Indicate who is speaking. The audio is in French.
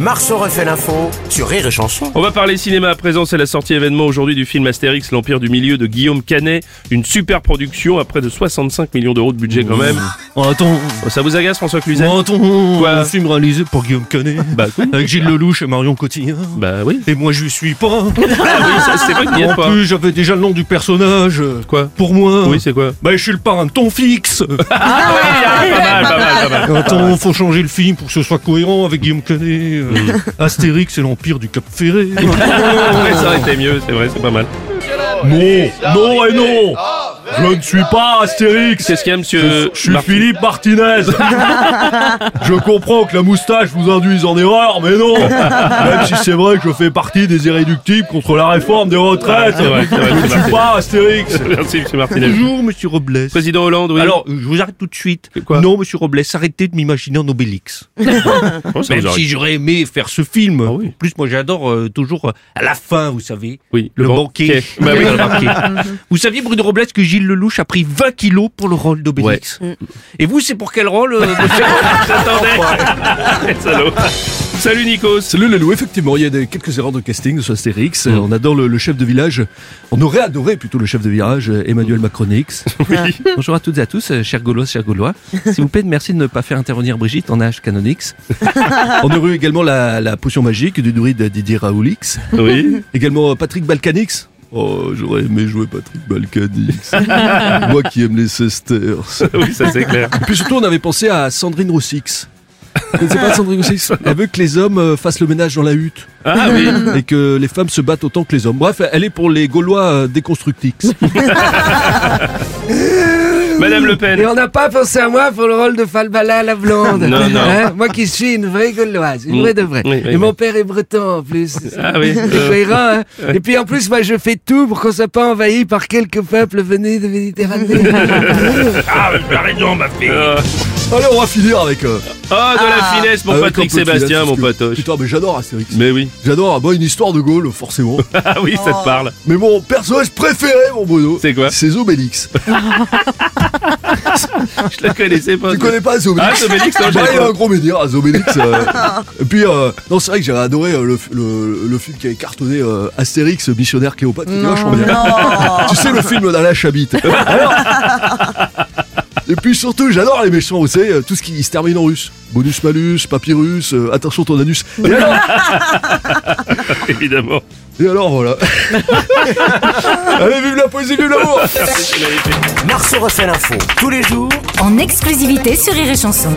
Speaker 1: Marceau refait l'info sur Rire et Chanson.
Speaker 2: On va parler cinéma à présent, c'est la sortie événement aujourd'hui du film Astérix, l'Empire du Milieu de Guillaume Canet. Une super production à près de 65 millions d'euros de budget quand même.
Speaker 3: Oh, attends,
Speaker 2: Oh, Ça vous agace François Cluzet
Speaker 3: oh, attends,
Speaker 2: Quoi
Speaker 3: un film réalisé par Guillaume Canet,
Speaker 2: Bah oui.
Speaker 3: avec Gilles Lelouch et Marion Cotillard.
Speaker 2: Bah oui.
Speaker 3: Et moi, je suis pas.
Speaker 2: Ah oui, ça, c'est vrai qu'il y
Speaker 3: en
Speaker 2: a pas.
Speaker 3: plus, j'avais déjà le nom du personnage.
Speaker 2: Quoi
Speaker 3: Pour moi.
Speaker 2: Oui, c'est quoi
Speaker 3: Bah, je suis le parrain de ton fixe.
Speaker 2: Ah, Pas mal, pas mal, pas mal.
Speaker 3: attends, faut changer le film pour que ce soit cohérent avec Guillaume Canet. euh, Astérix et l'Empire du Cap Ferré.
Speaker 2: Après, ça aurait été mieux, c'est vrai, c'est pas mal.
Speaker 4: Non, non et non Je ne suis pas Astérix
Speaker 2: Qu'est-ce qu'il y a, monsieur
Speaker 4: Je suis
Speaker 2: Martin
Speaker 4: Philippe Martinez Je comprends que la moustache vous induise en erreur, mais non Même si c'est vrai que je fais partie des irréductibles contre la réforme des retraites
Speaker 2: C'est vrai, c'est vrai, monsieur
Speaker 4: Je ne suis
Speaker 2: Martinez.
Speaker 4: pas Astérix
Speaker 2: Merci, monsieur Martinez.
Speaker 3: Bonjour, monsieur Robles.
Speaker 2: Président Hollande, oui.
Speaker 3: Alors, euh, je vous arrête tout de suite.
Speaker 2: Quoi
Speaker 3: non, monsieur Robles, arrêtez de m'imaginer en Obélix.
Speaker 2: Oh, ça
Speaker 4: ben,
Speaker 3: Même
Speaker 2: vous aurait-
Speaker 3: si j'aurais aimé faire ce film.
Speaker 2: Ah oui.
Speaker 3: En plus, moi, j'adore euh, toujours euh, à la fin, vous savez.
Speaker 2: Oui,
Speaker 3: le,
Speaker 2: le ban-
Speaker 3: banquet.
Speaker 2: quai. Bah
Speaker 4: Ben
Speaker 2: oui.
Speaker 3: Le banquet. vous saviez, Bruno Robles, que Gilles Lelouch a pris 20 kilos pour le rôle d'Obélix. Et vous, c'est pour quel rôle euh, monsieur
Speaker 2: J'attendais. Salaud. Salut Nikos.
Speaker 4: Salut Lelou, effectivement, il y a des, quelques erreurs de casting sur Astérix.
Speaker 3: Mm.
Speaker 4: Euh, On adore le, le chef de village. On aurait adoré plutôt le chef de village, euh, Emmanuel Macronix.
Speaker 3: Bonjour à toutes et à tous, euh, chers Gaulois, chers Gaulois. S'il vous plaît, merci de ne pas faire intervenir Brigitte en âge canonix.
Speaker 4: On aurait eu également la, la potion magique du druide Didier Raoulix.
Speaker 2: Oui.
Speaker 4: Également euh, Patrick Balkanix. Oh, j'aurais aimé jouer Patrick Balkanix. Moi qui aime les Sesters.
Speaker 2: Oui, ça c'est clair.
Speaker 4: Puis surtout, on avait pensé à Sandrine Roussix. Vous connaissez pas Sandrine Roussix Elle veut que les hommes euh, fassent le ménage dans la hutte
Speaker 2: Ah oui.
Speaker 4: et que les femmes se battent autant que les hommes. Bref, elle est pour les Gaulois euh, déconstructix.
Speaker 2: Madame Le Pen.
Speaker 5: Et on n'a pas pensé à moi pour le rôle de Falbala la blonde.
Speaker 2: Non, non.
Speaker 5: Hein moi qui suis une vraie gauloise, une vraie de vraie.
Speaker 2: Oui, oui,
Speaker 5: Et
Speaker 2: oui.
Speaker 5: mon père est breton en plus.
Speaker 2: Ah oui.
Speaker 5: C'est cohérent, hein Et puis en plus, moi je fais tout pour qu'on soit pas envahi par quelques peuples venus de Méditerranée.
Speaker 2: Euh,
Speaker 4: Allez, on va finir avec. euh,
Speaker 2: Ah, de la finesse pour
Speaker 4: avec un peu
Speaker 2: Patrick
Speaker 4: de finesse,
Speaker 2: Sébastien,
Speaker 4: parce
Speaker 2: mon
Speaker 4: que-
Speaker 2: patoche.
Speaker 4: Putain, mais j'adore Astérix.
Speaker 2: Mais oui.
Speaker 4: J'adore, moi, une histoire de Gaulle, forcément.
Speaker 2: Ah oui, ça te parle.
Speaker 4: mais mon personnage préféré, mon Bruno.
Speaker 2: C'est quoi
Speaker 4: C'est Zobélix.
Speaker 2: Je la connaissais pas.
Speaker 4: tu connais pas
Speaker 2: Ah,
Speaker 4: Zobélix
Speaker 2: Zobélix, non,
Speaker 4: Bah,
Speaker 2: je l'ai
Speaker 4: il y a
Speaker 2: pas.
Speaker 4: un gros média à Zobélix. euh. Et puis, euh, non, c'est vrai que j'avais adoré euh, le, le- le film qui avait cartonné euh, Astérix, Missionnaire Cléopâtre. qui était vachement bien. Tu sais, le film d'Alain Chabit. Alors- Et puis surtout, j'adore les méchants, vous savez, euh, tout ce qui se termine en russe. Bonus malus, papyrus, euh, attention ton anus. Et alors,
Speaker 2: Évidemment.
Speaker 4: et alors voilà. Allez, vive la poésie, vive l'amour
Speaker 1: Marceau refait l'info tous les jours
Speaker 6: en exclusivité sur Rire et Chanson.